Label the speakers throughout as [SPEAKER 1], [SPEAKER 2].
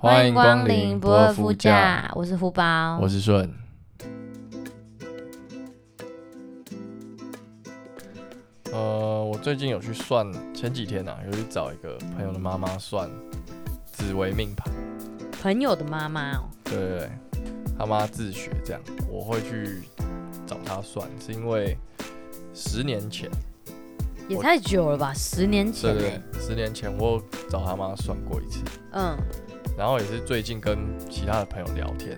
[SPEAKER 1] 欢迎光临不二夫家，我是胡宝，
[SPEAKER 2] 我是顺。呃，我最近有去算，前几天啊，有去找一个朋友的妈妈算紫微命盘，
[SPEAKER 1] 朋友的妈妈哦，
[SPEAKER 2] 对对对，他妈自学这样，我会去找他算，是因为十年前，
[SPEAKER 1] 也太久了吧，十年前
[SPEAKER 2] 对
[SPEAKER 1] 欸、
[SPEAKER 2] 对对，十年前我找他妈算过一次，
[SPEAKER 1] 嗯，
[SPEAKER 2] 然后也是最近跟其他的朋友聊天，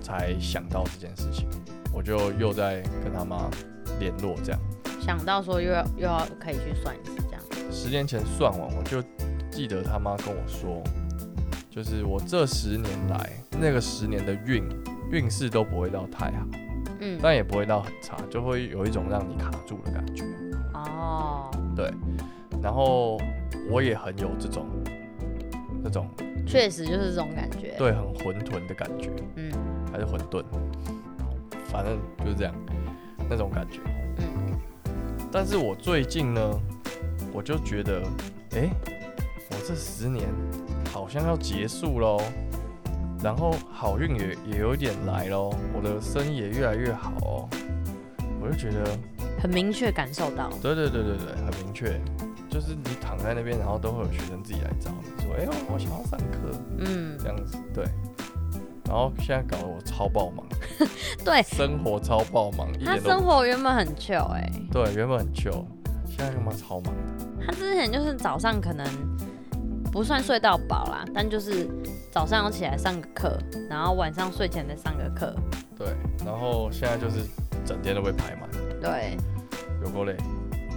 [SPEAKER 2] 才想到这件事情，我就又在跟他妈联络这样。
[SPEAKER 1] 想到说又要又要可以去算一次这样，
[SPEAKER 2] 十年前算完，我就记得他妈跟我说，就是我这十年来那个十年的运运势都不会到太好，
[SPEAKER 1] 嗯，
[SPEAKER 2] 但也不会到很差，就会有一种让你卡住的感觉。
[SPEAKER 1] 哦，
[SPEAKER 2] 然后我也很有这种那种
[SPEAKER 1] 确实就是这种感觉，，
[SPEAKER 2] 对很混沌的感觉，
[SPEAKER 1] 嗯
[SPEAKER 2] 还是混沌，反正就是这样那种感觉。
[SPEAKER 1] 嗯，
[SPEAKER 2] 但是我最近呢，我就觉得，哎、我这十年好像要结束喽，然后好运也也有点来喽，我的生意也越来越好哦。我就觉得，
[SPEAKER 1] 很明确感受到，
[SPEAKER 2] 对对对对对，很明确，就是你躺在那边，然后都会有学生自己来找你说，哎、呦，我想要上课
[SPEAKER 1] 嗯，
[SPEAKER 2] 这样子，对。然后现在搞得我超爆忙，
[SPEAKER 1] 对
[SPEAKER 2] 生活超爆忙，一
[SPEAKER 1] 他
[SPEAKER 2] 点都
[SPEAKER 1] 生
[SPEAKER 2] 不
[SPEAKER 1] 活原本很久哎、
[SPEAKER 2] 对，原本很久，现在他妈超忙。
[SPEAKER 1] 他之前就是早上可能不算睡到饱啦，但就是早上要起来上个课，然后晚上睡前再上个课，
[SPEAKER 2] 对，然后现在就是整天都被排满，
[SPEAKER 1] 对，
[SPEAKER 2] 有够累，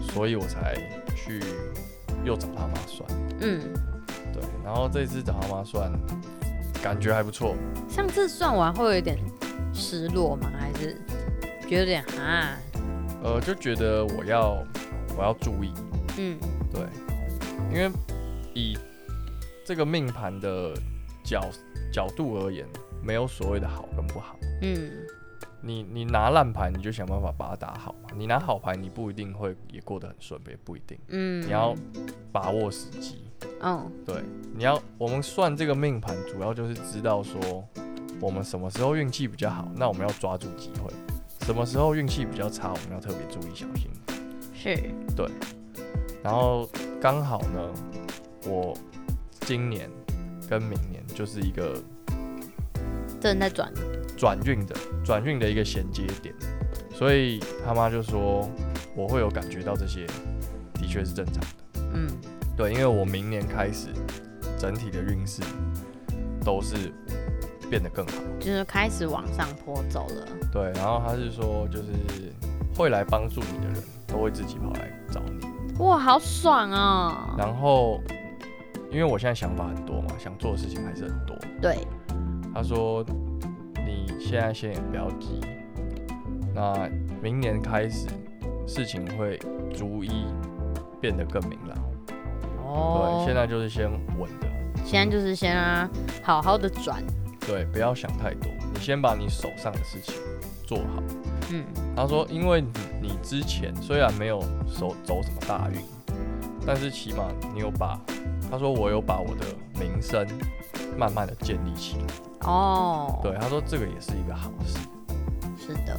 [SPEAKER 2] 所以我才去又找他妈算。
[SPEAKER 1] 嗯。
[SPEAKER 2] 对，然后这次找他妈算，感觉还不错。
[SPEAKER 1] 上次算完会有点失落吗？还是觉得有点啊？
[SPEAKER 2] 呃，就觉得我要我要注意，
[SPEAKER 1] 嗯
[SPEAKER 2] 对，因为以这个命盘的角角度而言，没有所谓的好跟不好。
[SPEAKER 1] 嗯，
[SPEAKER 2] 你你拿烂牌，你就想办法把它打好嘛。你拿好牌，你不一定会也过得很顺，也不一定。
[SPEAKER 1] 嗯，
[SPEAKER 2] 你要把握时机。
[SPEAKER 1] 嗯
[SPEAKER 2] 对，你要我们算这个命盘，主要就是知道说我们什么时候运气比较好，那我们要抓住机会；什么时候运气比较差，我们要特别注意小心。
[SPEAKER 1] 是
[SPEAKER 2] 然后刚好呢，我今年跟明年就是一个
[SPEAKER 1] 正在转，
[SPEAKER 2] 转运的转运的一个衔接点，所以他妈就说我会有感觉到这些，的确是正常的。
[SPEAKER 1] 嗯
[SPEAKER 2] 对，因为我明年开始整体的运势都是变得更好。
[SPEAKER 1] 就是开始往上坡走了，
[SPEAKER 2] 对，然后他是说，就是会来帮助你的人都会自己跑来找你。
[SPEAKER 1] 哇，好爽哦！
[SPEAKER 2] 然后，因为我现在想法很多嘛，想做的事情还是很多。
[SPEAKER 1] 对，
[SPEAKER 2] 他说，你现在先也不要急，那明年开始事情会逐一变得更明朗。
[SPEAKER 1] 哦
[SPEAKER 2] 对，，现在就是先稳的，
[SPEAKER 1] 现在就是先啊，好好的转，
[SPEAKER 2] 对，不要想太多，你先把你手上的事情做好。
[SPEAKER 1] 嗯
[SPEAKER 2] 他说，因为你你之前虽然没有走走什么大运，但是起码你有把，他说我有把我的名声慢慢的建立起来。
[SPEAKER 1] 哦，，
[SPEAKER 2] 对，他说这个也是一个好事。
[SPEAKER 1] 是的，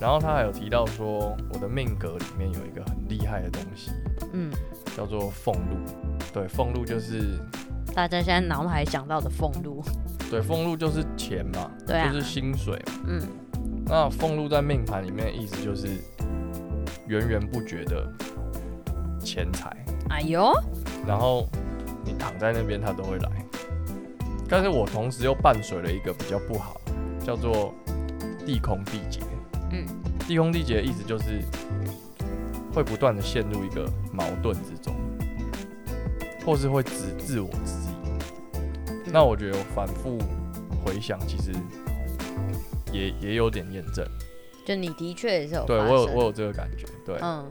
[SPEAKER 2] 然后他还有提到说，我的命格里面有一个很厉害的东西，
[SPEAKER 1] 嗯，
[SPEAKER 2] 叫做俸禄。对，俸禄就是
[SPEAKER 1] 大家现在脑海想到的俸禄，
[SPEAKER 2] 对，俸禄就是钱嘛，
[SPEAKER 1] 对啊
[SPEAKER 2] 就是薪水嘛。
[SPEAKER 1] 嗯
[SPEAKER 2] 那俸禄在命盘里面的意思就是源源不绝的钱财。
[SPEAKER 1] 哎呦，
[SPEAKER 2] 然后你躺在那边，他都会来。但是我同时又伴随了一个比较不好，叫做地空地劫。
[SPEAKER 1] 嗯，
[SPEAKER 2] 地空地劫的意思就是会不断的陷入一个矛盾之中，或是会自自我质疑。那我觉得我反复回想，其实也也有点验证，
[SPEAKER 1] 就你的确也是有
[SPEAKER 2] 对
[SPEAKER 1] 发
[SPEAKER 2] 我有
[SPEAKER 1] 生
[SPEAKER 2] 我有这个感觉，对。
[SPEAKER 1] 嗯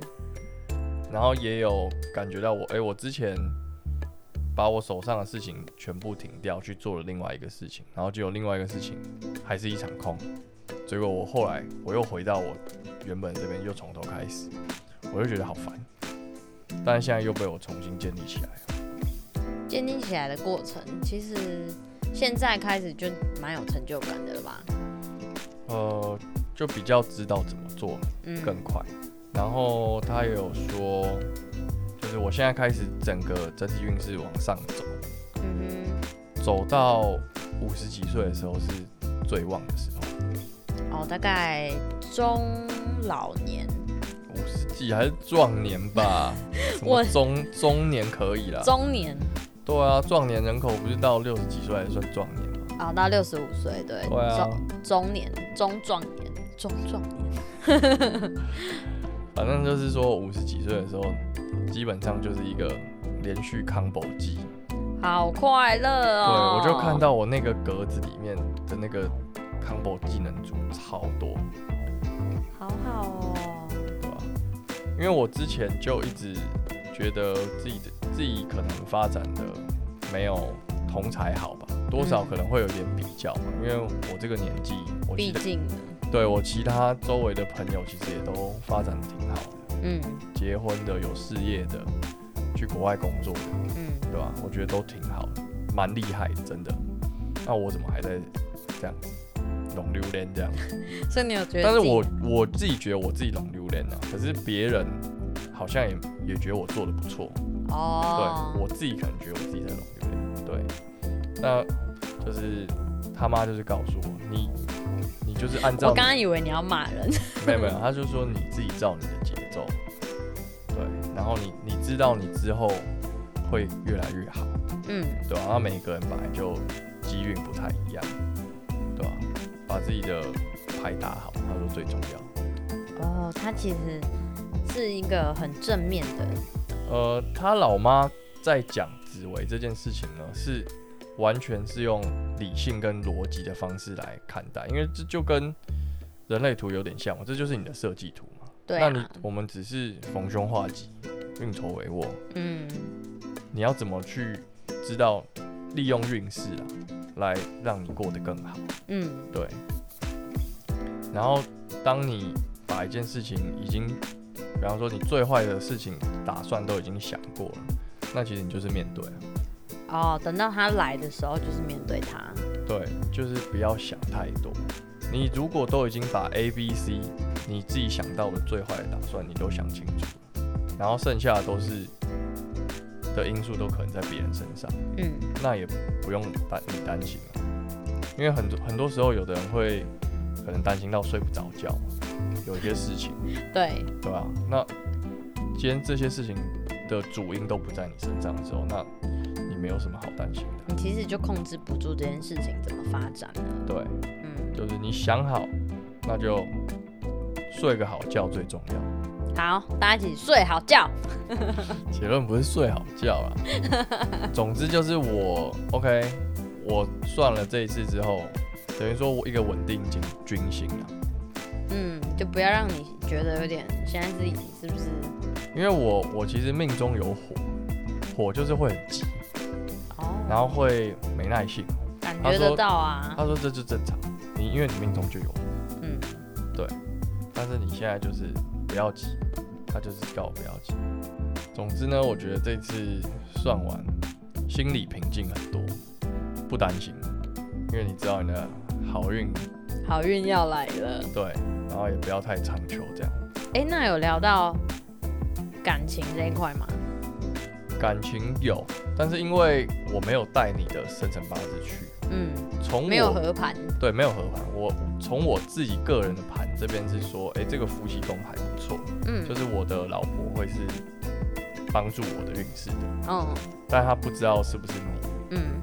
[SPEAKER 2] 然后也有感觉到我，哎、我之前把我手上的事情全部停掉，去做了另外一个事情，然后就有另外一个事情还是一场空，结果我后来我又回到我原本这边，又从头开始，我就觉得好烦。但是现在又被我重新建立起来了，
[SPEAKER 1] 建立起来的过程，其实现在开始就蛮有成就感的了吧？
[SPEAKER 2] 呃，就比较知道怎么做
[SPEAKER 1] 嗯，
[SPEAKER 2] 更快。然后他也有说，就是我现在开始整个整体运势往上走，
[SPEAKER 1] 嗯
[SPEAKER 2] 走到五十几岁的时候是最旺的时候，
[SPEAKER 1] 哼，哦，大概中老年，
[SPEAKER 2] 五十几还是壮年 吧？什么
[SPEAKER 1] 我
[SPEAKER 2] 中中年可以啦。
[SPEAKER 1] 中年
[SPEAKER 2] 对啊，壮年人口不是到六十几岁还算壮年吗？
[SPEAKER 1] 啊、到六十五岁，对，
[SPEAKER 2] 对啊，
[SPEAKER 1] 中中年、中壮年、中壮年，
[SPEAKER 2] 反正就是说五十几岁的时候，基本上就是一个连续 combo 机。
[SPEAKER 1] 好快乐
[SPEAKER 2] 对，
[SPEAKER 1] 哦！
[SPEAKER 2] 我就看到我那个格子里面的那个 combo 技能组超多，
[SPEAKER 1] 好好哦，
[SPEAKER 2] 对吧？因为我之前就一直觉得自己的自己可能发展的没有同才好吧，多少可能会有点比较嘛。因为我这个年纪，我其
[SPEAKER 1] 毕
[SPEAKER 2] 他
[SPEAKER 1] 竟呢，
[SPEAKER 2] 对我其他周围的朋友其实也都发展得挺好的，
[SPEAKER 1] 嗯
[SPEAKER 2] 结婚的、有事业的、去国外工作的，
[SPEAKER 1] 嗯，
[SPEAKER 2] 对吧？我觉得都挺好的，蛮厉害的，真的。那我怎么还在这样子拢榴莲这样？
[SPEAKER 1] 所以你有觉得？
[SPEAKER 2] 但是我我自己觉得我自己拢榴莲啊，可是别人好像也也觉得我做的不错，
[SPEAKER 1] 哦，
[SPEAKER 2] 对我自己可能觉得我自己在拢榴莲，对。那就是他妈就是告诉我，你你就是按照
[SPEAKER 1] 我
[SPEAKER 2] 你
[SPEAKER 1] 刚刚以为你要骂人，
[SPEAKER 2] 没有没有，他就说你自己照你的节奏，对，然后你你知道你之后会越来越好。
[SPEAKER 1] 嗯，
[SPEAKER 2] 对啊，那每个人本来就机运不太一样，对吧、把自己的牌打好，他说最重要。
[SPEAKER 1] 哦，他其实是一个很正面的，
[SPEAKER 2] 呃，他老妈在讲紫薇这件事情呢，是完全是用理性跟逻辑的方式来看待，因为这就跟人类图有点像嘛，这就是你的设计图嘛。
[SPEAKER 1] 对
[SPEAKER 2] 那你
[SPEAKER 1] 啊，
[SPEAKER 2] 我们只是逢凶化吉，运筹帷幄，
[SPEAKER 1] 嗯，
[SPEAKER 2] 你要怎么去知道利用运势啊，来让你过得更好？
[SPEAKER 1] 嗯
[SPEAKER 2] 对。然后，当你把一件事情已经，比方说你最坏的事情打算都已经想过了，那其实你就是面对了。
[SPEAKER 1] 哦，等到他来的时候，就是面对他，
[SPEAKER 2] 对，就是不要想太多。你如果都已经把 A、B、C 你自己想到的最坏的打算你都想清楚了，然后剩下的都是的因素都可能在别人身上，
[SPEAKER 1] 嗯
[SPEAKER 2] 那也不用担你担心了。因为很多很多时候，有的人会可能担心到睡不着觉嘛，有一些事情，
[SPEAKER 1] 对，
[SPEAKER 2] 对吧、那今天这些事情的主因都不在你身上的时候，那你没有什么好担心的。
[SPEAKER 1] 你其实就控制不住这件事情怎么发展了，
[SPEAKER 2] 对，
[SPEAKER 1] 嗯，
[SPEAKER 2] 就是你想好，那就睡个好觉最重要。
[SPEAKER 1] 好，大家一起睡好觉，
[SPEAKER 2] 结论不是睡好觉啦，总之就是我 OK，我算了这一次之后，等于说我一个稳定军军心啊。
[SPEAKER 1] 嗯，就不要让你觉得有点现在自己是不是？
[SPEAKER 2] 因为我我其实命中有火，火就是会很急，
[SPEAKER 1] 哦，
[SPEAKER 2] 然后会没耐性。
[SPEAKER 1] 感
[SPEAKER 2] 他
[SPEAKER 1] 觉
[SPEAKER 2] 说
[SPEAKER 1] 得到啊，
[SPEAKER 2] 他说这就正常，你因为你命中就有火，
[SPEAKER 1] 嗯，
[SPEAKER 2] 但是你现在就是不要急，他就是叫我不要急。总之呢，我觉得这次算完，心里平静很多，不担心，因为你知道你的好运
[SPEAKER 1] 好运要来了。
[SPEAKER 2] 对，然后也不要太强求这样。
[SPEAKER 1] 哎、那有聊到感情这一块吗？
[SPEAKER 2] 感情有，但是因为我没有带你的生辰八字去，
[SPEAKER 1] 嗯，
[SPEAKER 2] 从
[SPEAKER 1] 没有
[SPEAKER 2] 我
[SPEAKER 1] 合盘，
[SPEAKER 2] 对，没有合盘。我从我自己个人的盘这边是说，哎、这个夫妻宫还不错，
[SPEAKER 1] 嗯
[SPEAKER 2] 就是我的老婆会是帮助我的运势的，
[SPEAKER 1] 嗯
[SPEAKER 2] 但她不知道是不是你。
[SPEAKER 1] 嗯，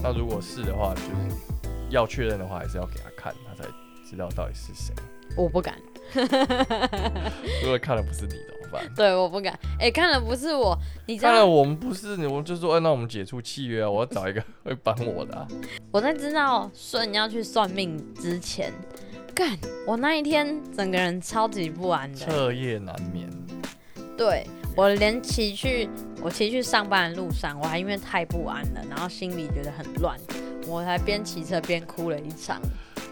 [SPEAKER 2] 那如果是的话，就是要确认的话，还是要给她看，她才知道到底是谁。
[SPEAKER 1] 我 不敢，
[SPEAKER 2] 如果看了不是你怎么办？
[SPEAKER 1] 对，我不敢。哎、看了不是我，你知
[SPEAKER 2] 看了
[SPEAKER 1] 道
[SPEAKER 2] 我们不是你，我就说，哎、那我们解除契约啊，我要找一个 会帮我 的、啊。
[SPEAKER 1] 我在知道舜要去算命之前，干，我那一天整个人超级不安的。
[SPEAKER 2] 彻夜难眠，
[SPEAKER 1] 对我连骑去我骑去上班的路上，我还因为太不安了，然后心里觉得很乱，我还边骑车边哭了一场。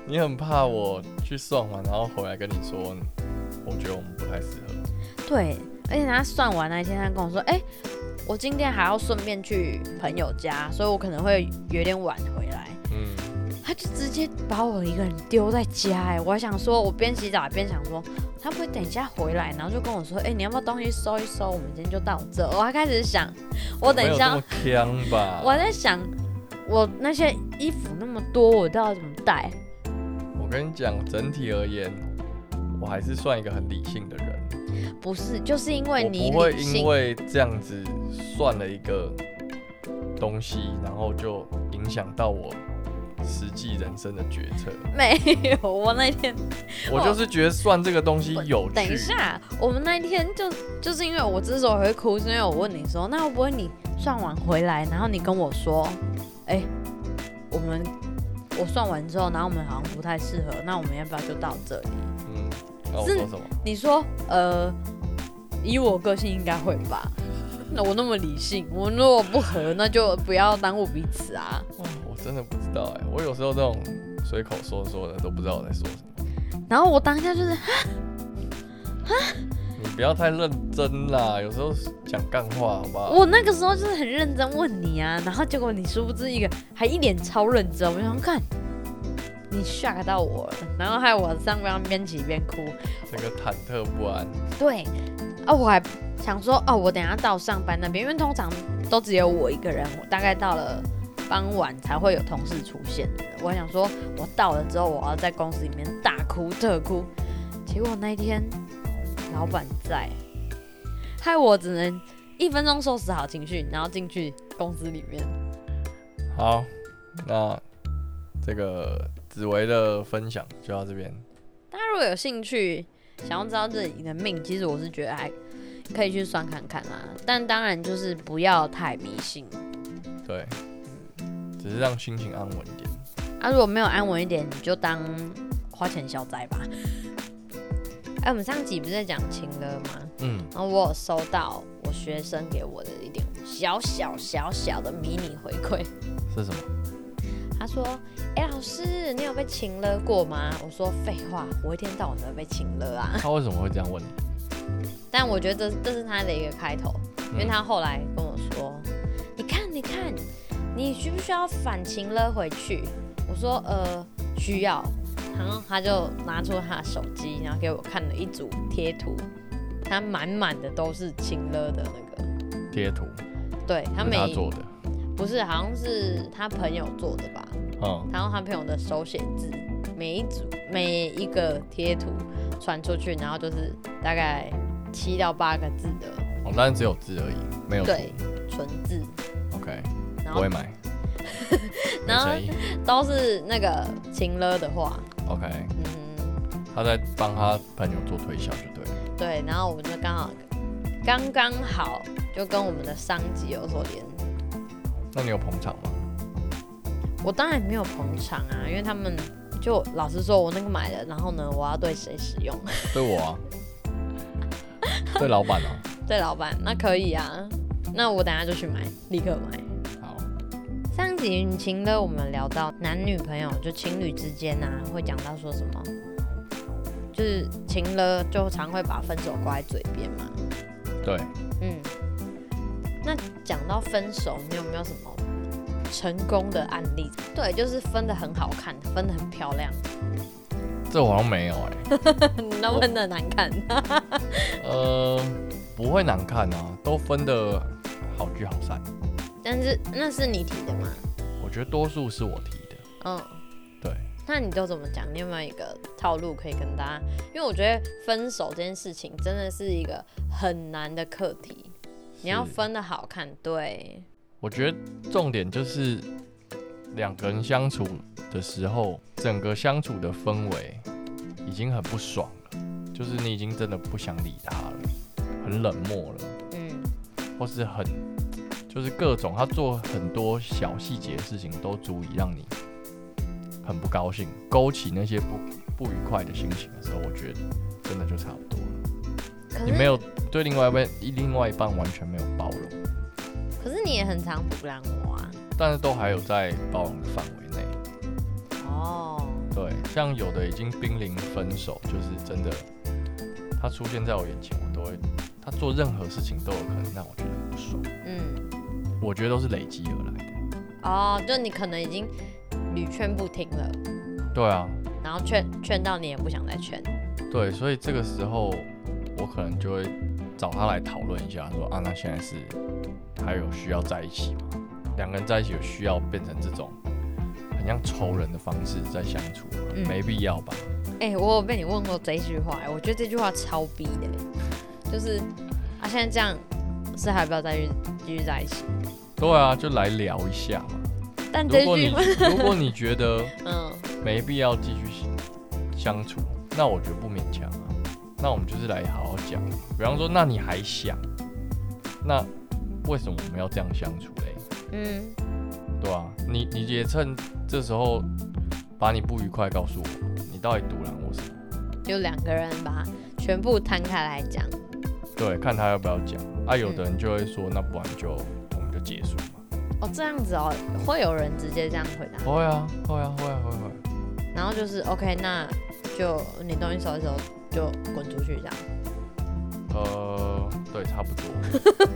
[SPEAKER 2] 你很怕我去算完，然后回来跟你说，嗯我觉得我们不太适合。
[SPEAKER 1] 对，而且他算完那一天，他跟我说：“哎、我今天还要顺便去朋友家，所以我可能会有点晚回来。”
[SPEAKER 2] 嗯，
[SPEAKER 1] 他就直接把我一个人丢在家、哎，我还想说，我边洗澡边想说，他不会等一下回来，然后就跟我说，哎、你要不要东西收一收？我们今天就到这。我还开始想，我等
[SPEAKER 2] 没
[SPEAKER 1] 一
[SPEAKER 2] 有
[SPEAKER 1] 下
[SPEAKER 2] 这
[SPEAKER 1] 要
[SPEAKER 2] 么强吧？
[SPEAKER 1] 我在想，我那些衣服那么多，我到底要怎么带？
[SPEAKER 2] 我跟你讲，整体而言，我还是算一个很理性的人。
[SPEAKER 1] 不是，就是因为
[SPEAKER 2] 我
[SPEAKER 1] 你
[SPEAKER 2] 不会
[SPEAKER 1] 理
[SPEAKER 2] 因
[SPEAKER 1] 性，
[SPEAKER 2] 为这样子算了一个东西，然后就影响到我实际人生的决策。
[SPEAKER 1] 没有。我那天
[SPEAKER 2] 我就是觉得算这个东西有趣。
[SPEAKER 1] 哦等一下，我们那一天就就是因为我之所以会哭，是因为我问你说，那会不会你算完回来，然后你跟我说，哎、我们我算完之后，然后我们好像不太适合，那我们要不要就到这里？
[SPEAKER 2] 嗯，那我
[SPEAKER 1] 是
[SPEAKER 2] 说什么？
[SPEAKER 1] 你说，呃，以我个性应该会吧？那我那么理性，我们如果不合，那就不要耽误彼此啊。
[SPEAKER 2] 哇，我真的不知道哎、我有时候这种随口说说的都不知道我在说什么。
[SPEAKER 1] 然后我当下就是，
[SPEAKER 2] 你不要太认真啦，有时候讲干话好不好？
[SPEAKER 1] 我那个时候就是很认真问你啊，然后结果你殊不知一个还一脸超认真，我想说看，你吓到我了，然后害我上班边骑边哭。
[SPEAKER 2] 整个忐忑不安。
[SPEAKER 1] 对，啊，我还想说，哦，我等一下到上班那边，因为通常都只有我一个人，我大概到了傍晚才会有同事出现。我还想说，我到了之后，我要在公司里面大哭特哭。结果那一天老板在，害我只能一分钟收拾好情绪，然后进去公司里面。
[SPEAKER 2] 好，那这个紫薇的分享就到这边。
[SPEAKER 1] 大家如果有兴趣，想要知道自己的命，其实我是觉得还可以去算看看啦。但当然就是不要太迷信。
[SPEAKER 2] 对，只是让心情安稳一点。
[SPEAKER 1] 啊，如果没有安稳一点，你就当花钱消灾吧。哎、我们上集不是在讲情歌吗？
[SPEAKER 2] 嗯，
[SPEAKER 1] 然后我有收到我学生给我的一点小小小小的迷你回馈，
[SPEAKER 2] 是什么？
[SPEAKER 1] 他说：“哎、老师，你有被情勒过吗？”我说：“废话，我一天到晚都被情勒啊。
[SPEAKER 2] 他为什么会这样问你？”
[SPEAKER 1] 但我觉
[SPEAKER 2] 嗯
[SPEAKER 1] 得这这是他的一个开头，因为他后来跟我说：“你看，你看，你需不需要反情勒回去？”我说：“呃，需要。”然后他就拿出他的手机，然后给我看了一组贴图，他满满的都是情勒的那个。
[SPEAKER 2] 贴图，
[SPEAKER 1] 对他
[SPEAKER 2] 是
[SPEAKER 1] 每
[SPEAKER 2] 他做的。
[SPEAKER 1] 不是好像是他朋友做的吧？
[SPEAKER 2] 嗯，
[SPEAKER 1] 然后他朋友的手写字，每一组每一个贴图传出去，然后就是大概七到八个字的
[SPEAKER 2] 哦，当然只有字而已，没有图。
[SPEAKER 1] 对纯字，
[SPEAKER 2] OK，
[SPEAKER 1] 然
[SPEAKER 2] 不
[SPEAKER 1] 后
[SPEAKER 2] 会买。没
[SPEAKER 1] 然后
[SPEAKER 2] 诚意。
[SPEAKER 1] 都是那个情勒的话，
[SPEAKER 2] OK，
[SPEAKER 1] 嗯，
[SPEAKER 2] 他在帮他朋友做推销，就对了。
[SPEAKER 1] 对，然后我们就刚好刚刚好就跟我们的商机有所连。
[SPEAKER 2] 那你有捧场吗？
[SPEAKER 1] 我当然没有捧场啊，因为他们就老实说，我那个买了，然后呢，我要对谁使用？
[SPEAKER 2] 对我啊，对老板啊。
[SPEAKER 1] 对老板，那可以啊，那我等下就去买，立刻买。
[SPEAKER 2] 好，
[SPEAKER 1] 上集情勒我们聊到男女朋友就情侣之间啊，会讲到说什么，就是情勒就常会把分手挂在嘴边嘛。
[SPEAKER 2] 对，
[SPEAKER 1] 嗯，那讲到分手，你有没有什么成功的案例？对，就是分的很好看，分的很漂亮，
[SPEAKER 2] 这我好像没有哎、
[SPEAKER 1] 那分的难看。
[SPEAKER 2] 呃，不会难看啊，都分的好聚好散。
[SPEAKER 1] 但是那是你提的嘛？
[SPEAKER 2] 我觉得多数是我提的。
[SPEAKER 1] 嗯，
[SPEAKER 2] 对，
[SPEAKER 1] 那你都怎么讲？你有没有一个套路可以跟大家？因为我觉得分手这件事情真的是一个很难的课题，你要
[SPEAKER 2] 是
[SPEAKER 1] 分的好看，对，
[SPEAKER 2] 我觉得重点就是两个人相处的时候，整个相处的氛围已经很不爽了，就是你已经真的不想理他了，很冷漠了，
[SPEAKER 1] 嗯
[SPEAKER 2] 或是很就是各种他做很多小细节的事情都足以让你很不高兴，勾起那些不不愉快的心情的时候，我觉得真的就差不多了。
[SPEAKER 1] 可
[SPEAKER 2] 你
[SPEAKER 1] 是
[SPEAKER 2] 没有对另外一半另外一半完全没有包容，
[SPEAKER 1] 可是你也很常不让我啊。
[SPEAKER 2] 但是都还有在包容的范围内。
[SPEAKER 1] 哦，
[SPEAKER 2] 对，像有的已经濒临分手，就是真的，他出现在我眼前，我都会，他做任何事情都有可能让我觉得很不爽。
[SPEAKER 1] 嗯。
[SPEAKER 2] 我觉得都是累积而来的。
[SPEAKER 1] 哦，就你可能已经屡劝不听了，
[SPEAKER 2] 对啊，
[SPEAKER 1] 然后劝劝到你也不想再劝，
[SPEAKER 2] 对，所以这个时候我可能就会找他来讨论一下，说啊，那现在是还有需要在一起吗？两个人在一起有需要变成这种很像仇人的方式在相处吗？
[SPEAKER 1] 嗯
[SPEAKER 2] 没必要吧？
[SPEAKER 1] 哎、我有被你问过这一句话、哎我觉得这句话超逼的、就是啊，现在这样是还不要再继续继续在一起，
[SPEAKER 2] 对啊，就来聊一下嘛。
[SPEAKER 1] 但这
[SPEAKER 2] 如果
[SPEAKER 1] 句
[SPEAKER 2] 你
[SPEAKER 1] 话，
[SPEAKER 2] 如果你觉得
[SPEAKER 1] 嗯，
[SPEAKER 2] 没必要继续相处，那我觉得不勉强啊。那我们就是来好好讲，比方说，那你还想，那为什么我们要这样相处嘞？
[SPEAKER 1] 嗯，
[SPEAKER 2] 对啊，你你也趁这时候把你不愉快告诉我，你到底阻拦我什么？
[SPEAKER 1] 就两个人把它全部摊开来讲，
[SPEAKER 2] 对，看他要不要讲。啊，有的人就会说，那不然就我们就结束嘛。
[SPEAKER 1] 哦，这样子哦，会有人直接这样回答，
[SPEAKER 2] 会啊，会啊，会啊，会啊会啊。
[SPEAKER 1] 然后就是 OK，那就你东西收一收，就滚出去这样。
[SPEAKER 2] 呃，对，差不多。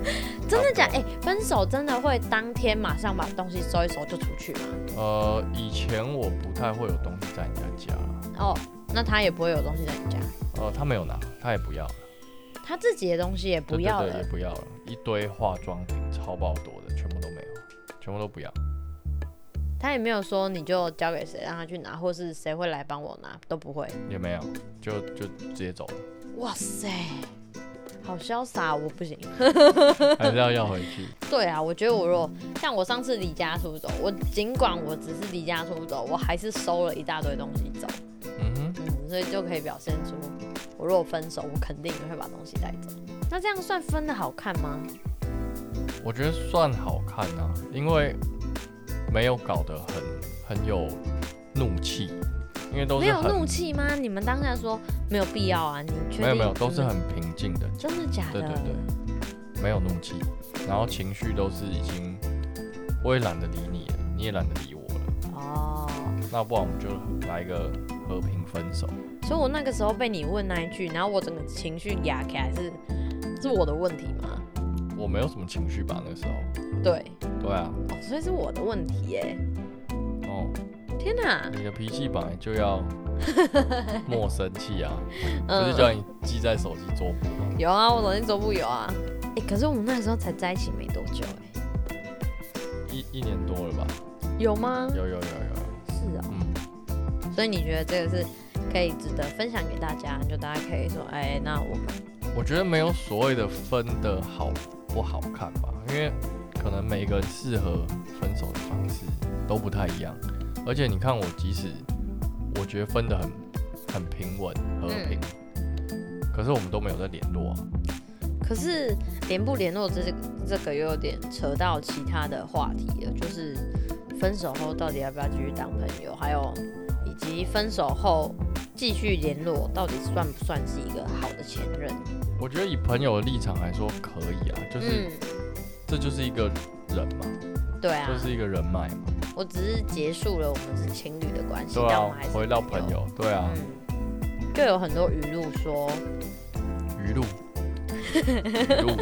[SPEAKER 1] 真的假？
[SPEAKER 2] 差不多
[SPEAKER 1] 哎、分手真的会当天马上把东西收一收就出去吗？
[SPEAKER 2] 呃，以前我不太会有东西在人家家啦，
[SPEAKER 1] 哦，那他也不会有东西在你家，
[SPEAKER 2] 呃，他没有拿，他也不要，
[SPEAKER 1] 他自己的东西也不要
[SPEAKER 2] 对对对，
[SPEAKER 1] 了
[SPEAKER 2] 也。不要了，一堆化妆品超爆多的，全部都没有，全部都不要。
[SPEAKER 1] 他也没有说你就交给谁让他去拿，或是谁会来帮我拿，都不会。
[SPEAKER 2] 也没有，就就直接走了，
[SPEAKER 1] 哇塞，好潇洒，我不行。
[SPEAKER 2] 还是要要回去。
[SPEAKER 1] 对啊，我觉得我如果像我上次离家出走，我尽管我只是离家出走，我还是收了一大堆东西走，
[SPEAKER 2] 嗯哼，
[SPEAKER 1] 嗯，所以就可以表现出我如果分手，我肯定也会把东西带走。那这样算分的好看吗？
[SPEAKER 2] 我觉得算好看啊，因为没有搞得很很有怒气，因为都
[SPEAKER 1] 没
[SPEAKER 2] 是
[SPEAKER 1] 有
[SPEAKER 2] 很
[SPEAKER 1] 怒气吗？你们当下说没有必要啊？你确定
[SPEAKER 2] 没有没有都是很平静的，
[SPEAKER 1] 真的假
[SPEAKER 2] 对
[SPEAKER 1] 的？
[SPEAKER 2] 对对，没有怒气，然后情绪都是已经我也懒得理你了，你也懒得理我了，
[SPEAKER 1] 哦，
[SPEAKER 2] 那不然我们就来一个和平分手。
[SPEAKER 1] 所以我那个时候被你问那一句，然后我整个情绪压起来是是我的问题吗？
[SPEAKER 2] 我没有什么情绪吧，那个时候。
[SPEAKER 1] 对，
[SPEAKER 2] 对啊，
[SPEAKER 1] 哦，所以是我的问题耶！
[SPEAKER 2] 哦，
[SPEAKER 1] 天哪，
[SPEAKER 2] 你的脾气本来就 要莫生气啊，不是
[SPEAKER 1] 嗯，
[SPEAKER 2] 叫你记在手机桌布吗？
[SPEAKER 1] 有啊，我昨天周不有啊。哎、可是我们那个时候才在一起没多久哎、
[SPEAKER 2] 一一年多了吧？
[SPEAKER 1] 有吗？
[SPEAKER 2] 有有有有，
[SPEAKER 1] 是啊、
[SPEAKER 2] 嗯，
[SPEAKER 1] 所以你觉得这个是可以值得分享给大家，就大家可以说，哎、那我们
[SPEAKER 2] 我觉得没有所谓的分的好不好看吧，因为可能每个人适合分手的方式都不太一样，而且你看我，即使我觉得分的很很平稳和平，
[SPEAKER 1] 嗯
[SPEAKER 2] 可是我们都没有在联络啊。
[SPEAKER 1] 可是联不联络这个这个又有点扯到其他的话题了，就是分手后到底要不要继续当朋友，还有以及分手后继续联络到底算不算是一个好的前任？
[SPEAKER 2] 我觉得以朋友的立场来说可以啊，就是、这就是一个人嘛，
[SPEAKER 1] 嗯，对啊，
[SPEAKER 2] 就是一个人脉嘛，
[SPEAKER 1] 我只是结束了我们是情侣的关系，
[SPEAKER 2] 对
[SPEAKER 1] 但我
[SPEAKER 2] 啊
[SPEAKER 1] 们还，是
[SPEAKER 2] 回到朋，友，对啊，
[SPEAKER 1] 嗯，就有很多语录说嗯
[SPEAKER 2] 鱼露，鱼 露，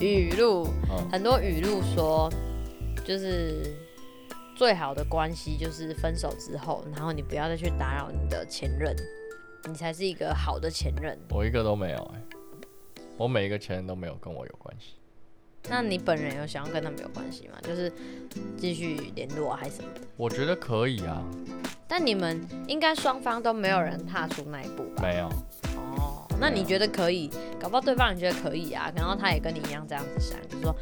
[SPEAKER 1] 语录
[SPEAKER 2] 嗯，
[SPEAKER 1] 很多语录说，就是最好的关系就是分手之后，然后你不要再去打扰你的前任，你才是一个好的前任。
[SPEAKER 2] 我一个都没有哎、我每一个前任都没有跟我有关系。
[SPEAKER 1] 那你本人有想要跟他们有关系吗？就是继续联络啊还是什么的？
[SPEAKER 2] 我觉得可以啊，
[SPEAKER 1] 但你们应该双方都没有人踏出那一步吧？
[SPEAKER 2] 没有，
[SPEAKER 1] 哦，那你觉得可以？搞不好对方也觉得可以啊，然后他也跟你一样这样子想，就说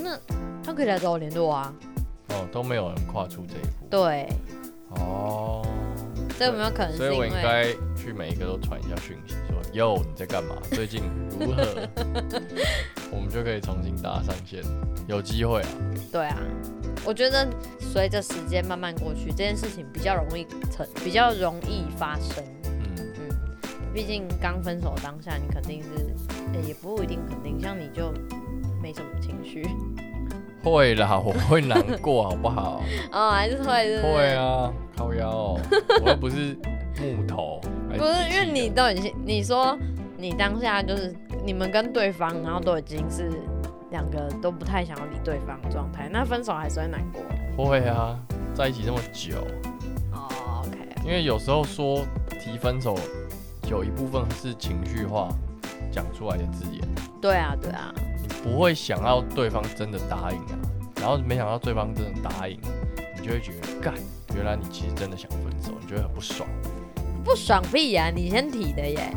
[SPEAKER 1] 那他可以来找我联络啊。
[SPEAKER 2] 哦，都没有人跨出这一步。
[SPEAKER 1] 对，
[SPEAKER 2] 哦，
[SPEAKER 1] 这有没有可能是
[SPEAKER 2] 所
[SPEAKER 1] 因
[SPEAKER 2] 以
[SPEAKER 1] 为？
[SPEAKER 2] 我应该去每一个都传一下讯息，说哟你在干嘛？最近如 何？我们就可以重新搭上线，有机会啊。
[SPEAKER 1] 对啊，我觉得随着时间慢慢过去，这件事情比较容易成，比较容易发生。
[SPEAKER 2] 嗯，
[SPEAKER 1] 嗯，毕竟刚分手当下，你肯定是，诶也不一定肯定，像你就没什么情绪
[SPEAKER 2] 会啦，我会难过，好不好？
[SPEAKER 1] 哦，还是会是不是
[SPEAKER 2] 会，啊，靠腰、 哦，我又不是木头，还
[SPEAKER 1] 不是因
[SPEAKER 2] 机
[SPEAKER 1] 为
[SPEAKER 2] 器
[SPEAKER 1] 你
[SPEAKER 2] 人
[SPEAKER 1] 都已经你说你当下就是你们跟对方，然后都已经是两个都不太想要理对方的状态，那分手还是会难过。
[SPEAKER 2] 会啊，在一起这么久，
[SPEAKER 1] 哦
[SPEAKER 2] 因为有时候说提分手，有一部分是情绪化讲出来的字眼，
[SPEAKER 1] 对啊，对啊，
[SPEAKER 2] 你不会想要对方真的答应啊，然后没想到对方真的答应，你就会觉得干，原来你其实真的想分手，你就会很不爽，
[SPEAKER 1] 不爽屁呀、你先提的耶，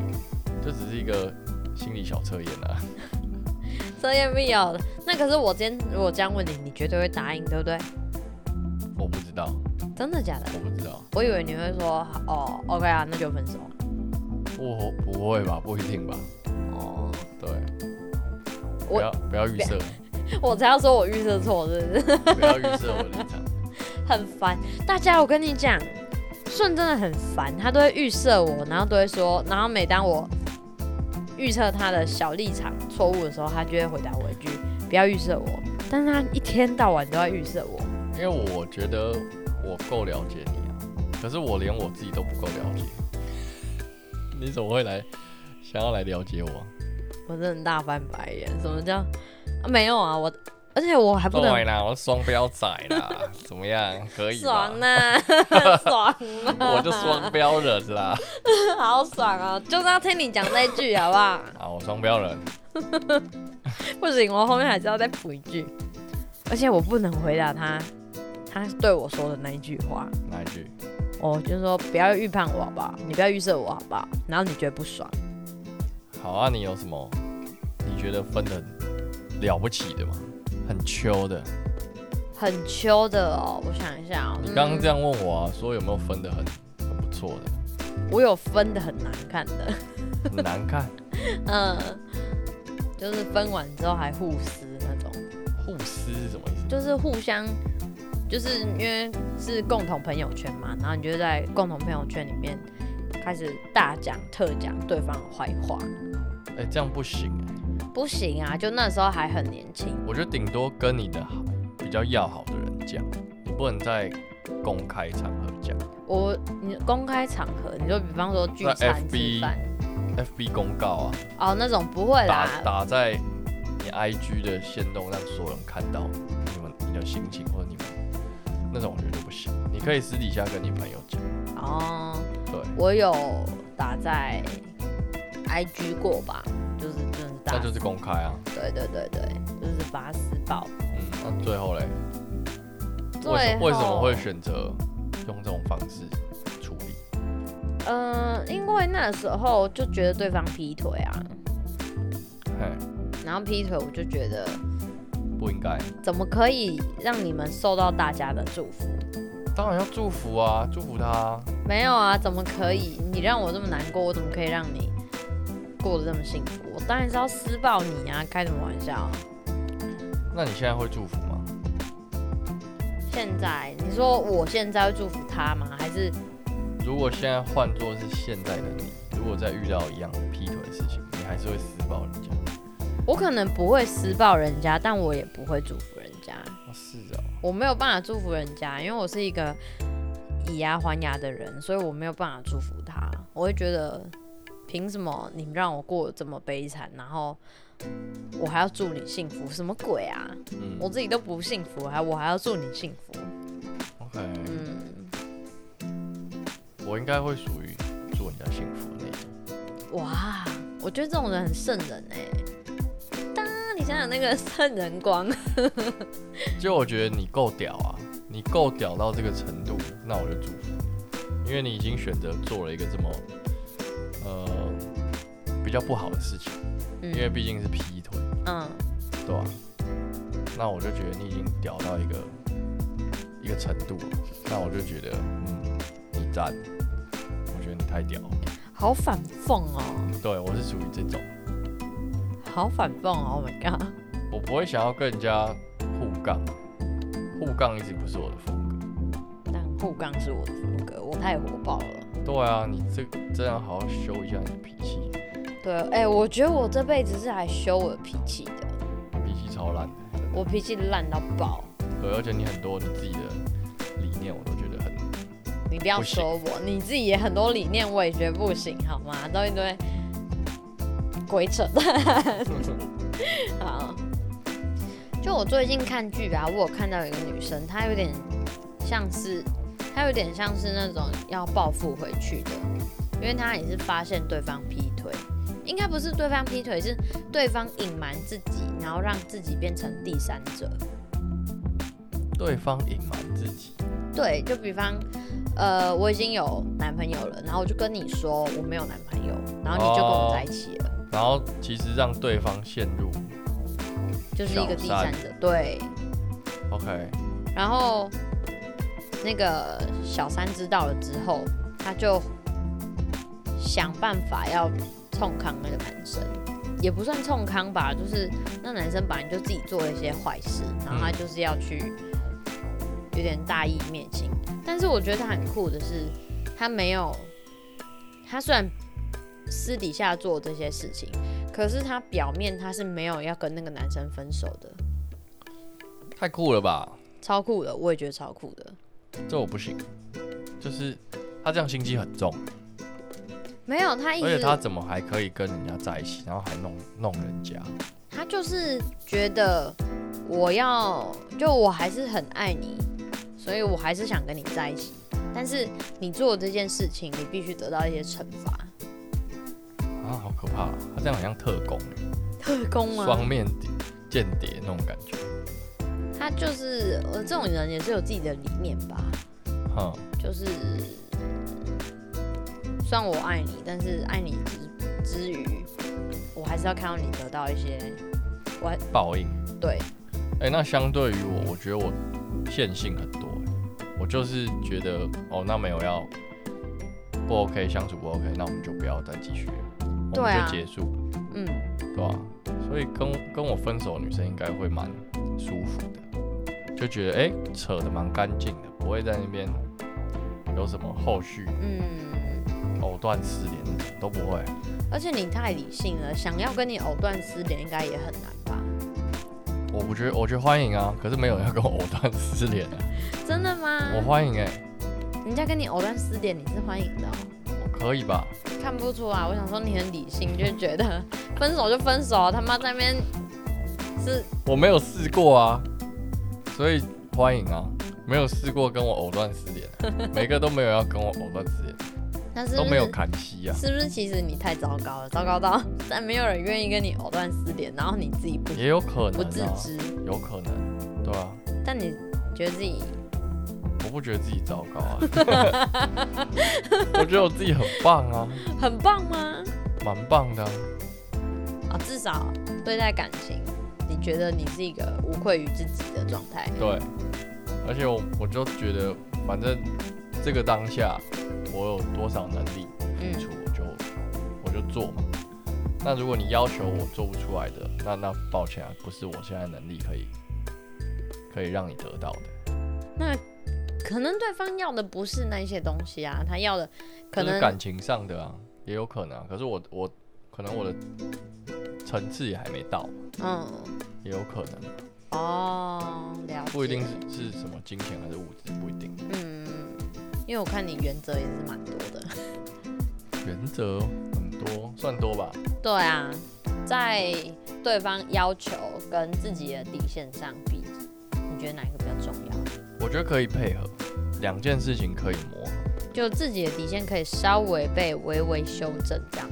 [SPEAKER 2] 这只是一个心理小测验啊。
[SPEAKER 1] 这也必要的。那可是我今天如果这样问你，你绝对会答应，对不对？
[SPEAKER 2] 我不知道，
[SPEAKER 1] 真的假的？
[SPEAKER 2] 我不知道，
[SPEAKER 1] 我以为你会说哦，OK 啊，那就分手。
[SPEAKER 2] 不不会吧，不一定吧，
[SPEAKER 1] 哦，
[SPEAKER 2] 对，
[SPEAKER 1] 我
[SPEAKER 2] 不要不要预设，
[SPEAKER 1] 我才要说我预测错，是不是？
[SPEAKER 2] 不要预设我的立场。
[SPEAKER 1] 很烦。大家，我跟你讲，顺真的很烦，他都会预设我，然后都会说，然后每当我预测他的小立场错误的时候，他就会回答我一句“不要预设我”，但是他一天到晚都在预设我。
[SPEAKER 2] 因为我觉得我够了解你啊，可是我连我自己都不够了解，你怎么会来想要来了解我？
[SPEAKER 1] 我真的很大翻白眼，什么叫、啊、没有啊？我而且我还不能
[SPEAKER 2] 对啦，我双标仔啦，怎么样？可以吧
[SPEAKER 1] 爽啊， 爽啊，
[SPEAKER 2] 我就双标人啦。
[SPEAKER 1] 好爽啊！就是要听你讲那句好不好？
[SPEAKER 2] 啊，我双标人，
[SPEAKER 1] 不行，我后面还是要再补一句，而且我不能回答他，他对我说的那一句话。
[SPEAKER 2] 哪一句？
[SPEAKER 1] 哦，就是说不要预判我好不好？你不要预设我好不好？然后你觉得不爽，
[SPEAKER 2] 好啊，你有什么你觉得分的了不起的吗？很秋的，
[SPEAKER 1] 嗯很秋的哦。我想一下、哦，
[SPEAKER 2] 你刚刚这
[SPEAKER 1] 样，
[SPEAKER 2] 样问我啊，说有没有分的很很不错的，
[SPEAKER 1] 我有分的很难看的，
[SPEAKER 2] 很难看，
[SPEAKER 1] 嗯，就是分完之后还互撕那种，
[SPEAKER 2] 互撕是什么意思？
[SPEAKER 1] 就是互相，就是因为是共同朋友圈嘛，然后你就在共同朋友圈里面开始大讲特讲对方的坏话，
[SPEAKER 2] 哎、这样不行、啊。
[SPEAKER 1] 不行啊！就那时候还很年轻，
[SPEAKER 2] 我觉得顶多跟你的好比较要好的人讲，你不能在公开场合讲。
[SPEAKER 1] 我你公开场合，你就比方说聚
[SPEAKER 2] 在
[SPEAKER 1] 餐吃
[SPEAKER 2] FB
[SPEAKER 1] 饭。
[SPEAKER 2] FB 公告啊，
[SPEAKER 1] 哦，那种不会啦，
[SPEAKER 2] 打打在你 IG 的线动，让所有人看到你们你的心情或者你们那种，我觉得不行。你可以私底下跟你朋友讲，
[SPEAKER 1] 哦，
[SPEAKER 2] 对，
[SPEAKER 1] 我有打在 IG 过吧，就是就是打
[SPEAKER 2] 那，就是公开啊。
[SPEAKER 1] 对对对对，就是把它撕爆。
[SPEAKER 2] 嗯，那最后嘞，
[SPEAKER 1] 最
[SPEAKER 2] 为什
[SPEAKER 1] 后
[SPEAKER 2] 为什么会？选择用这种方式处理？
[SPEAKER 1] 嗯、因为那时候就觉得对方劈腿啊，
[SPEAKER 2] 嘿，
[SPEAKER 1] 然后劈腿我就觉得
[SPEAKER 2] 不应该。
[SPEAKER 1] 怎么可以让你们受到大家的祝福？
[SPEAKER 2] 当然要祝福啊，祝福他啊、
[SPEAKER 1] 没有啊，怎么可以？你让我这么难过，我怎么可以让你过得这么幸福？我当然是要施暴你啊，开什么玩笑啊、
[SPEAKER 2] 那你现在会祝福吗？
[SPEAKER 1] 现在你说我现在会祝福他吗？还是
[SPEAKER 2] 如果现在换作是现在的你，如果再遇到一样劈腿的事情，你还是会施暴人家？
[SPEAKER 1] 我可能不会施暴人家，但我也不会祝福人家。
[SPEAKER 2] 哦，是哦，
[SPEAKER 1] 我没有办法祝福人家，因为我是一个以牙还牙的人，所以我没有办法祝福他。我会觉得，凭什么你让我过得这么悲惨，然后我还要祝你幸福？什么鬼啊！
[SPEAKER 2] 嗯
[SPEAKER 1] 我自己都不幸福，还我还要祝你幸福？
[SPEAKER 2] ，OK，
[SPEAKER 1] 嗯，
[SPEAKER 2] 嗯我应该会属于祝人家幸福的那种。
[SPEAKER 1] 哇，我觉得这种人很圣人哎、当你想想那个圣人光，
[SPEAKER 2] 就我觉得你够屌啊，你够屌到这个程度，那我就祝福你，因为你已经选择做了一个这么呃比较不好的事情，
[SPEAKER 1] 嗯
[SPEAKER 2] 因为毕竟是劈腿，
[SPEAKER 1] 嗯，
[SPEAKER 2] 对吧、那我就觉得你已经屌到一个一个程度了，那我就觉得嗯，你赞，我觉得你太屌了。
[SPEAKER 1] 好反讽哦。
[SPEAKER 2] 对我是属于这种，
[SPEAKER 1] 好反讽哦！Oh my god！
[SPEAKER 2] 我不会想要跟人家互杠，互杠一直不是我的风格。
[SPEAKER 1] 但护杠是我的风格，我太火爆了。
[SPEAKER 2] 对啊，你这这样好好修一下你的脾气，
[SPEAKER 1] 对，哎、我觉得我这辈子是来修我的脾气的，
[SPEAKER 2] 脾气超烂的。真的
[SPEAKER 1] 我脾气烂到爆。
[SPEAKER 2] 对，而且你很多你自己的理念，我都觉得很
[SPEAKER 1] 你不要
[SPEAKER 2] 不行
[SPEAKER 1] 说我，你自己也很多理念，我也觉得不行，好吗？都一堆鬼扯 淡。好，就我最近看剧啊，我有看到一个女生，她有点像是他有点像是那种要报复回去的，因为他也是发现对方劈腿，应该不是对方劈腿，是对方隐瞒自己，然后让自己变成第三者。
[SPEAKER 2] 对方隐瞒自己，
[SPEAKER 1] 对，就比方，呃，我已经有男朋友了，然后我就跟你说我没有男朋友，然后你就跟
[SPEAKER 2] 哦
[SPEAKER 1] 我在一起了，
[SPEAKER 2] 然后其实让对方陷入
[SPEAKER 1] 就是一个第
[SPEAKER 2] 小
[SPEAKER 1] 三
[SPEAKER 2] 三
[SPEAKER 1] 者。对，
[SPEAKER 2] OK，
[SPEAKER 1] 然后那个小三知道了之后，他就想办法要冲康那个男生，也不算冲康吧，就是那男生本来就自己做了一些坏事，然后他就是要去有点大义灭亲。但是我觉得他很酷的是，他没有，他虽然私底下做这些事情，可是他表面他是没有要跟那个男生分手的，
[SPEAKER 2] 太酷了吧？
[SPEAKER 1] 超酷的，我也觉得超酷的。
[SPEAKER 2] 这我不行，就是他这样心机很重，
[SPEAKER 1] 没有，他一
[SPEAKER 2] 而且
[SPEAKER 1] 直
[SPEAKER 2] 他怎么还可以跟人家在一起，然后还弄弄人家？
[SPEAKER 1] 他就是觉得我要，就我还是很爱你，所以我还是想跟你在一起。但是你做这件事情，你必须得到一些惩罚。
[SPEAKER 2] 啊，好可怕、他这样好像特工，
[SPEAKER 1] 特工啊
[SPEAKER 2] 双面谍间谍那种感觉。
[SPEAKER 1] 他就是呃，这种人也是有自己的理念吧，
[SPEAKER 2] 哼，
[SPEAKER 1] 就是呃虽然我爱你，但是爱你之之余，我还是要看到你得到一些，我还
[SPEAKER 2] 报应。
[SPEAKER 1] 对
[SPEAKER 2] 哎、那相对于我，我觉得我线性很多。哎我就是觉得，哦，那没有要不 OK 相处不 OK，那我们就不要再继续了，我
[SPEAKER 1] 对
[SPEAKER 2] 们
[SPEAKER 1] 啊
[SPEAKER 2] 就结束，
[SPEAKER 1] 嗯，
[SPEAKER 2] 对吧、所以跟跟我分手的女生应该会蛮舒服的，就觉得哎、扯得蛮干净的，不会在那边有什么后续
[SPEAKER 1] 嗯，
[SPEAKER 2] 藕断丝连那种都不会。
[SPEAKER 1] 而且你太理性了，想要跟你藕断丝连应该也很难吧？
[SPEAKER 2] 我不觉得，我觉得欢迎啊，可是没有人要跟我藕断丝连啊，
[SPEAKER 1] 真的吗？
[SPEAKER 2] 我欢迎哎、
[SPEAKER 1] 人家跟你藕断丝连，你是欢迎的哦、
[SPEAKER 2] 我可以吧？
[SPEAKER 1] 看不出来，啊我想说你很理性，就觉得 分手就分手，他妈在那边是
[SPEAKER 2] 我没有试过啊，所以欢迎啊！没有试过跟我藕断丝连，每个都没有要跟我藕断丝连，
[SPEAKER 1] 那是不是
[SPEAKER 2] 都 没有砍息啊，
[SPEAKER 1] 是不是其实你太糟糕了，糟糕到但没有人愿意跟你藕断丝连，然后你自己不
[SPEAKER 2] 也有可能
[SPEAKER 1] 不自
[SPEAKER 2] 啊，
[SPEAKER 1] 知，
[SPEAKER 2] 有可能，对啊，
[SPEAKER 1] 但你觉得自己
[SPEAKER 2] 我不觉得自己糟糕 啊，我觉得我自己很棒啊，
[SPEAKER 1] 很棒吗？
[SPEAKER 2] 蛮棒的啊、
[SPEAKER 1] 啊，至少对待感情，你觉得你是一个无愧于自己的状态。
[SPEAKER 2] 对，而且我我就觉得，反正这个当下我有多少能力付
[SPEAKER 1] 嗯
[SPEAKER 2] 出，我就我就做嘛。那如果你要求我做不出来的，那那抱歉啊，不是我现在能力可以可以让你得到的，
[SPEAKER 1] 那可能对方要的不是那些东西啊，他要的可
[SPEAKER 2] 就是
[SPEAKER 1] 能
[SPEAKER 2] 感情上的啊，也有可能、啊。可是我我可能我的层次也还没到，
[SPEAKER 1] 嗯。
[SPEAKER 2] 也有可能啊，
[SPEAKER 1] 哦，了解。
[SPEAKER 2] 不一定是是什么金钱还是物质，不一定。
[SPEAKER 1] 嗯，因为我看你原则也是蛮多的。
[SPEAKER 2] 原则很多，算多吧。
[SPEAKER 1] 对啊，在对方要求跟自己的底线上比，你觉得哪一个比较重要？
[SPEAKER 2] 我觉得可以配合，两件事情可以磨合。
[SPEAKER 1] 就自己的底线可以稍微被微微修正，这样。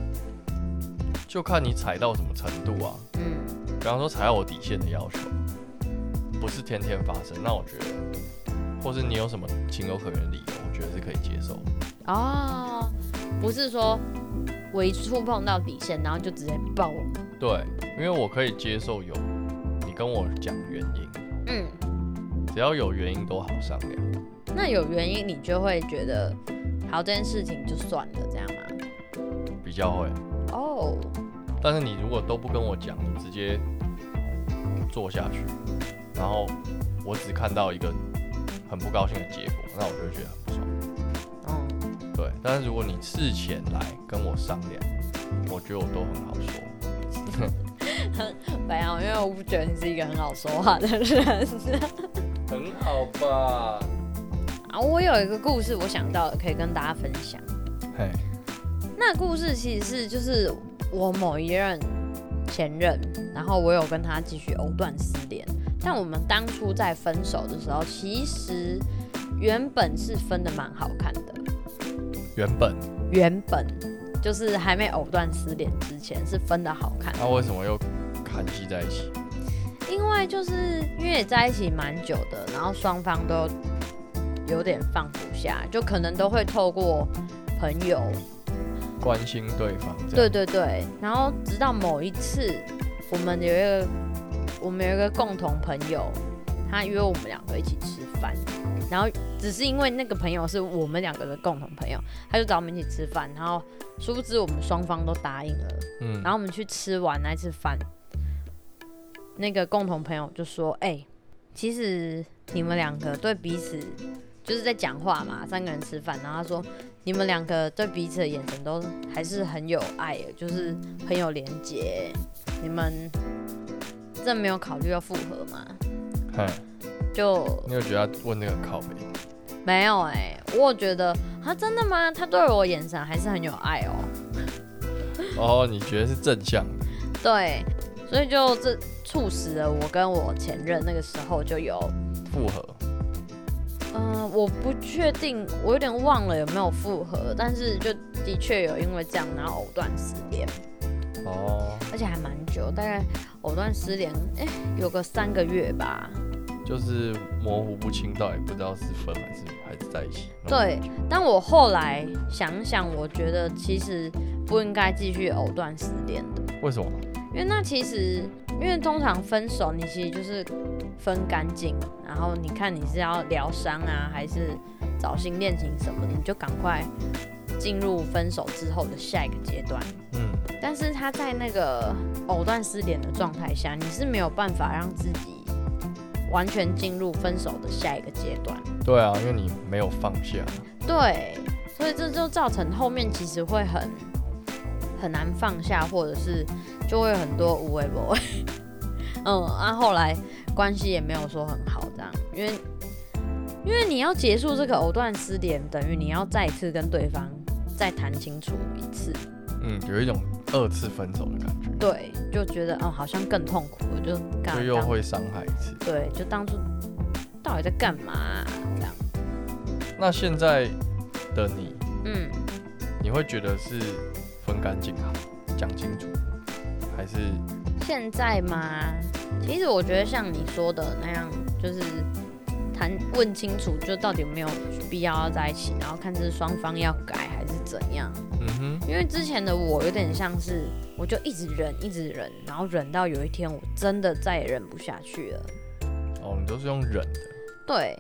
[SPEAKER 2] 就看你踩到什么程度啊。
[SPEAKER 1] 嗯，
[SPEAKER 2] 比方说踩到我底线的要求，不是天天发生，那我觉得，或是你有什么情有可原的理由，我觉得是可以接受。
[SPEAKER 1] 哦，不是说我一触碰到底线，然后就直接爆。
[SPEAKER 2] 对，因为我可以接受有你跟我讲原因，
[SPEAKER 1] 嗯，
[SPEAKER 2] 只要有原因都好商量。
[SPEAKER 1] 那有原因你就会觉得，好，这件事情就算了，这样吗？
[SPEAKER 2] 比较会，
[SPEAKER 1] 哦，
[SPEAKER 2] 但是你如果都不跟我讲，你直接做下去，然后我只看到一个很不高兴的结果，那我就会觉得很不爽。
[SPEAKER 1] 嗯。
[SPEAKER 2] 对，但是如果你事前来跟我商量，我觉得我都很好说。
[SPEAKER 1] 没有，因为我不觉得你是一个很好说话的人
[SPEAKER 2] 很好吧？
[SPEAKER 1] 啊。我有一个故事，我想到了，可以跟大家分享。
[SPEAKER 2] 嘿，
[SPEAKER 1] 那故事其实是就是我某一任前任，然后我有跟他继续藕断丝连。但我们当初在分手的时候，其实原本是分的蛮好看的，
[SPEAKER 2] 原本
[SPEAKER 1] 原本就是还没藕断丝连之前是分的好看的
[SPEAKER 2] 那、为什么又砍戏在一起？
[SPEAKER 1] 因为就是因为也在一起蛮久的，然后双方都有点放不下，就可能都会透过朋友，
[SPEAKER 2] 关心对方这
[SPEAKER 1] 对
[SPEAKER 2] 样，
[SPEAKER 1] 对对，然后直到某一次，我们有一个我们有一个共同朋友，他约我们两个一起吃饭，然后只是因为那个朋友是我们两个的共同朋友，他就找我们一起吃饭，然后殊不知我们双方都答应了。
[SPEAKER 2] 嗯
[SPEAKER 1] 然后我们去吃完那次饭，那个共同朋友就说：“哎、其实你们两个对彼此就是在讲话嘛，三个人吃饭，然后他说你们两个对彼此的眼神都还是很有爱的，就是很有连结。你们这没有考虑要复合吗？
[SPEAKER 2] 哼，
[SPEAKER 1] 就
[SPEAKER 2] 你有觉得他问那个靠背？
[SPEAKER 1] 没有哎、我有觉得啊，真的吗？他对我眼神还是很有爱哦、
[SPEAKER 2] 哦，你觉得是正向的？
[SPEAKER 1] 对，所以就这促使了我跟我前任那个时候就有，
[SPEAKER 2] 复合，
[SPEAKER 1] 嗯、我不确定，我有点忘了有没有复合，但是就的确有因为这样然后藕断丝连，
[SPEAKER 2] 哦，
[SPEAKER 1] 而且还蛮久，大概藕断丝连，哎、有个三个月吧。
[SPEAKER 2] 就是模糊不清，到底不知道是分还是还是在一起。嗯那种
[SPEAKER 1] 对，但我后来想想，我觉得其实不应该继续藕断丝连的，
[SPEAKER 2] 为什么？
[SPEAKER 1] 因为那其实，因为通常分手你其实就是分干净，然后你看你是要疗伤啊，还是找新恋情什么的，你就赶快进入分手之后的下一个阶段。
[SPEAKER 2] 嗯，
[SPEAKER 1] 但是他在那个藕断丝连的状态下，你是没有办法让自己完全进入分手的下一个阶段。
[SPEAKER 2] 对啊，因为你没有放下。
[SPEAKER 1] 对，所以这就造成后面其实会很很难放下，或者是就会有很多无为不为。 嗯，啊，后来关系也没有说很好，这样，因为因为你要结束这个藕断丝连，等于你要再次跟对方再谈清楚一次，
[SPEAKER 2] 嗯，有一种二次分手的感觉，
[SPEAKER 1] 对，就觉得哦、好像更痛苦了，就干
[SPEAKER 2] 就又会伤害一次。
[SPEAKER 1] 对，就当初到底在干嘛啊、这样，
[SPEAKER 2] 那现在的你，
[SPEAKER 1] 嗯。
[SPEAKER 2] 你会觉得是分干净好，讲清楚，还是
[SPEAKER 1] 现在吗？其实我觉得像你说的那样，就是谈问清楚，就到底有没有必要要在一起，然后看是双方要改还是怎样。
[SPEAKER 2] 嗯
[SPEAKER 1] 因为之前的我有点像是，我就一直忍，一直忍，然后忍到有一天我真的再也忍不下去了。
[SPEAKER 2] 哼，哦，你都是用忍的。
[SPEAKER 1] 对，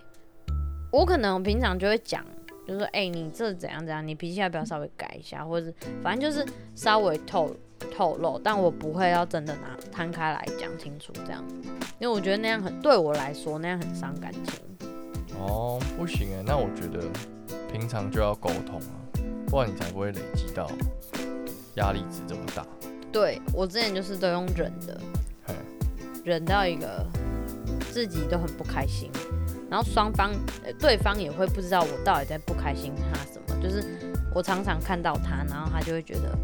[SPEAKER 1] 我可能平常就会讲，就说，哎、你这怎样怎样，你脾气要不要稍微改一下，或者是反正就是稍微透透露，但我不会要真的拿摊开来讲清楚这样，因为我觉得那样很对我来说那样很伤感情。
[SPEAKER 2] 哦，不行哎，那我觉得平常就要沟通啊，不然你才不会累积到压力值这么大。
[SPEAKER 1] 对我之前就是都用忍的
[SPEAKER 2] 嘿，
[SPEAKER 1] 忍到一个自己都很不开心，然后双方、呃、对方也会不知道我到底在不开心他什么，就是我常常看到他，然后他就会觉得。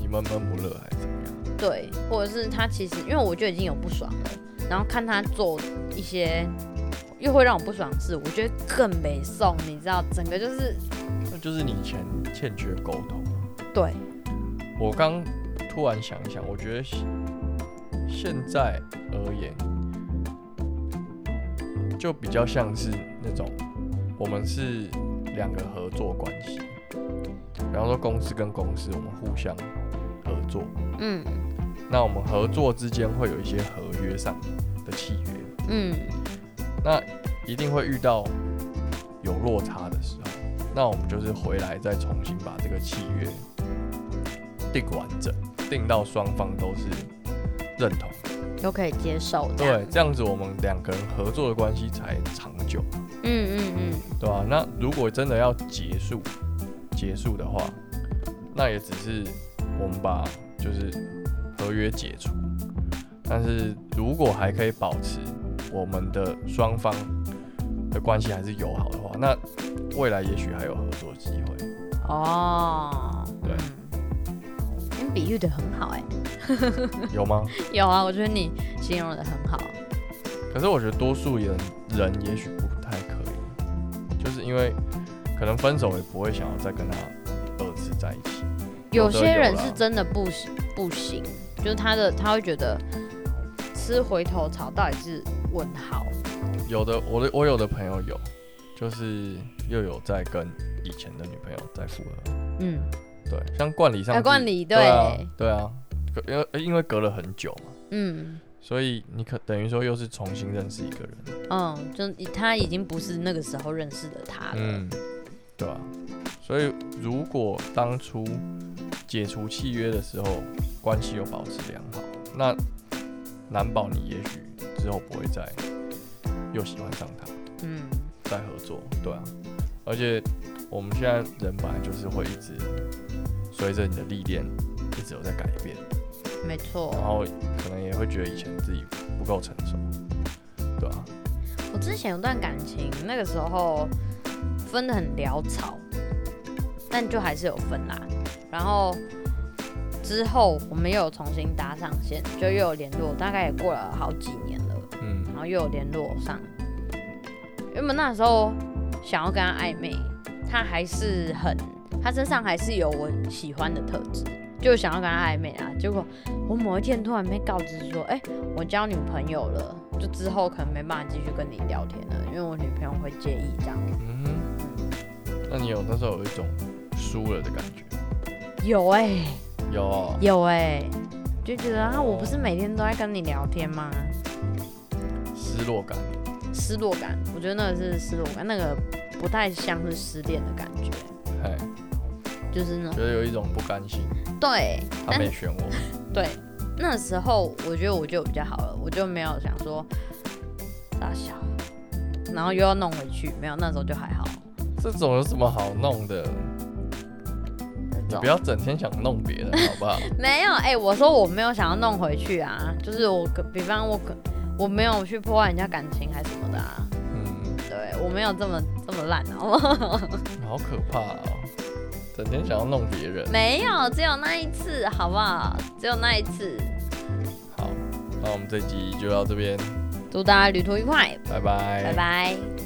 [SPEAKER 2] 你闷闷不乐还是怎么样？
[SPEAKER 1] 对，或者是他其实因为我就已经有不爽了，然后看他做一些又会让我不爽的事，我觉得更没送，你知道，整个就是
[SPEAKER 2] 那就是你以前欠缺沟通啊。
[SPEAKER 1] 对，
[SPEAKER 2] 我刚突然想一想，我觉得现现在而言，就比较像是那种我们是两个合作关系，然后说公司跟公司我们互相合作，
[SPEAKER 1] 嗯
[SPEAKER 2] 那我们合作之间会有一些合约上的契约，
[SPEAKER 1] 嗯，
[SPEAKER 2] 那一定会遇到有落差的时候，那我们就是回来再重新把这个契约定完整，定到双方都是认同的。
[SPEAKER 1] 都可以接受这样
[SPEAKER 2] 对，，这样子我们两个人合作的关系才长久，
[SPEAKER 1] 嗯嗯嗯，
[SPEAKER 2] 对吧、那如果真的要结束结束的话，那也只是我们把就是合约解除，但是如果还可以保持我们的双方的关系还是友好的话，那未来也许还有合作机会。
[SPEAKER 1] 哦，
[SPEAKER 2] 对
[SPEAKER 1] 嗯，你比喻的很好哎、
[SPEAKER 2] 有吗？
[SPEAKER 1] 有啊，我觉得你形容的很好，
[SPEAKER 2] 可是我觉得多数人人也许不太可以，就就是因为可能分手也不会想要再跟他二次在一起。
[SPEAKER 1] 有
[SPEAKER 2] 有的
[SPEAKER 1] 些
[SPEAKER 2] 有
[SPEAKER 1] 人
[SPEAKER 2] 啦
[SPEAKER 1] 是真的不行不行，就是他的他会觉得吃回头草到底是问号，
[SPEAKER 2] 有的，我的我有的朋友有，就是又有在跟以前的女朋友在复合。
[SPEAKER 1] 嗯，
[SPEAKER 2] 对，像冠礼上
[SPEAKER 1] 哎，
[SPEAKER 2] 次，
[SPEAKER 1] 冠礼
[SPEAKER 2] 对啊，对啊，隔因为因为隔了很久嘛，
[SPEAKER 1] 嗯
[SPEAKER 2] 所以你可等于说又是重新认识一个人。
[SPEAKER 1] 嗯，就他已经不是那个时候认识的他了，
[SPEAKER 2] 嗯，对啊。所以如果当初解除契约的时候关系又保持良好，那难保你也许之后不会再又喜欢上他，
[SPEAKER 1] 嗯
[SPEAKER 2] 再合作，对啊。而且我们现在人本来就是会一直随着你的历练一直有在改变，
[SPEAKER 1] 没错。
[SPEAKER 2] 然后可能也会觉得以前自己不够成熟，对啊。
[SPEAKER 1] 我之前有段感情，那个时候分的很潦草，但就还是有分啦。然后之后我们又有重新搭上线，就又有联络，大概也过了好几年了，
[SPEAKER 2] 嗯
[SPEAKER 1] 然后又有联络上。原本那时候想要跟他暧昧，他还是很，他身上还是有我喜欢的特质，就想要跟他暧昧啊。结果我某一天突然被告知说，哎、我交女朋友了，就之后可能没办法继续跟你聊天了，因为我女朋友会介意这样。
[SPEAKER 2] 嗯哼，那你有那时候有一种输了的感觉？
[SPEAKER 1] 有哎、
[SPEAKER 2] 有哦、
[SPEAKER 1] 有哎、就觉得啊，我不是每天都在跟你聊天吗？
[SPEAKER 2] 失落感。
[SPEAKER 1] 失落感，我觉得那个是失落感，那个不太像是失恋的感觉，
[SPEAKER 2] 哎，
[SPEAKER 1] 就是那种
[SPEAKER 2] 觉得有一种不甘心，
[SPEAKER 1] 对，
[SPEAKER 2] 他
[SPEAKER 1] 但
[SPEAKER 2] 没选我，
[SPEAKER 1] 对，那时候我觉得我就比较好了，我就没有想说大小，然后又要弄回去，没有，那时候就还好。
[SPEAKER 2] 这种有什么好弄的？你不要整天想弄别人，好不好？
[SPEAKER 1] 没有，哎、我说我没有想要弄回去啊，就是我可，比方我可我没有去破坏人家感情还什么的啊，
[SPEAKER 2] 嗯，
[SPEAKER 1] 对我没有这么这么烂哦，
[SPEAKER 2] 好可怕哦，整天想要弄别人。
[SPEAKER 1] 没有，只有那一次，好不好？只有那一次，
[SPEAKER 2] 好，那我们这集就到这边，
[SPEAKER 1] 祝大家旅途愉快，
[SPEAKER 2] 拜拜，
[SPEAKER 1] 拜拜